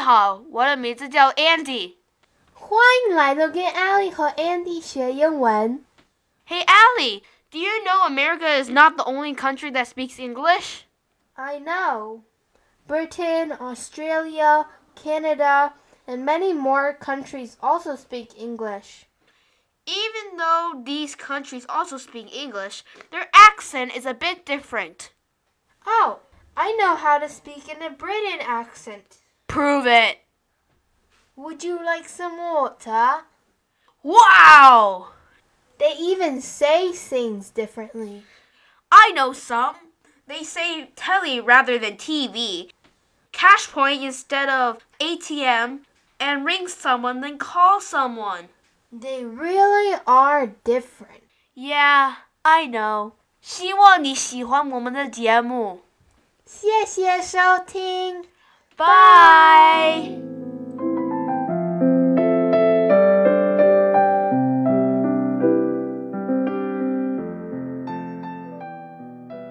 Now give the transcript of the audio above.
好，我的名字叫 Andy。欢迎来到跟 Ali 和 Andy 学英文。 Hey Ali, do you know America is not the only country that speaks English? I know. Britain, Australia, Canada, and many more countries also speak English. Even though these countries also speak English, their accent is a bit different. Oh, I know how to speak in a Britain accent. Prove it. Would you like some water? Wow! They even say things differently. I know some. They say telly rather than TV, cash point instead of ATM, and ring someone then call someone. They really are different. Yeah, I know. 希望你喜欢我们的节目。谢谢收听。 Bye.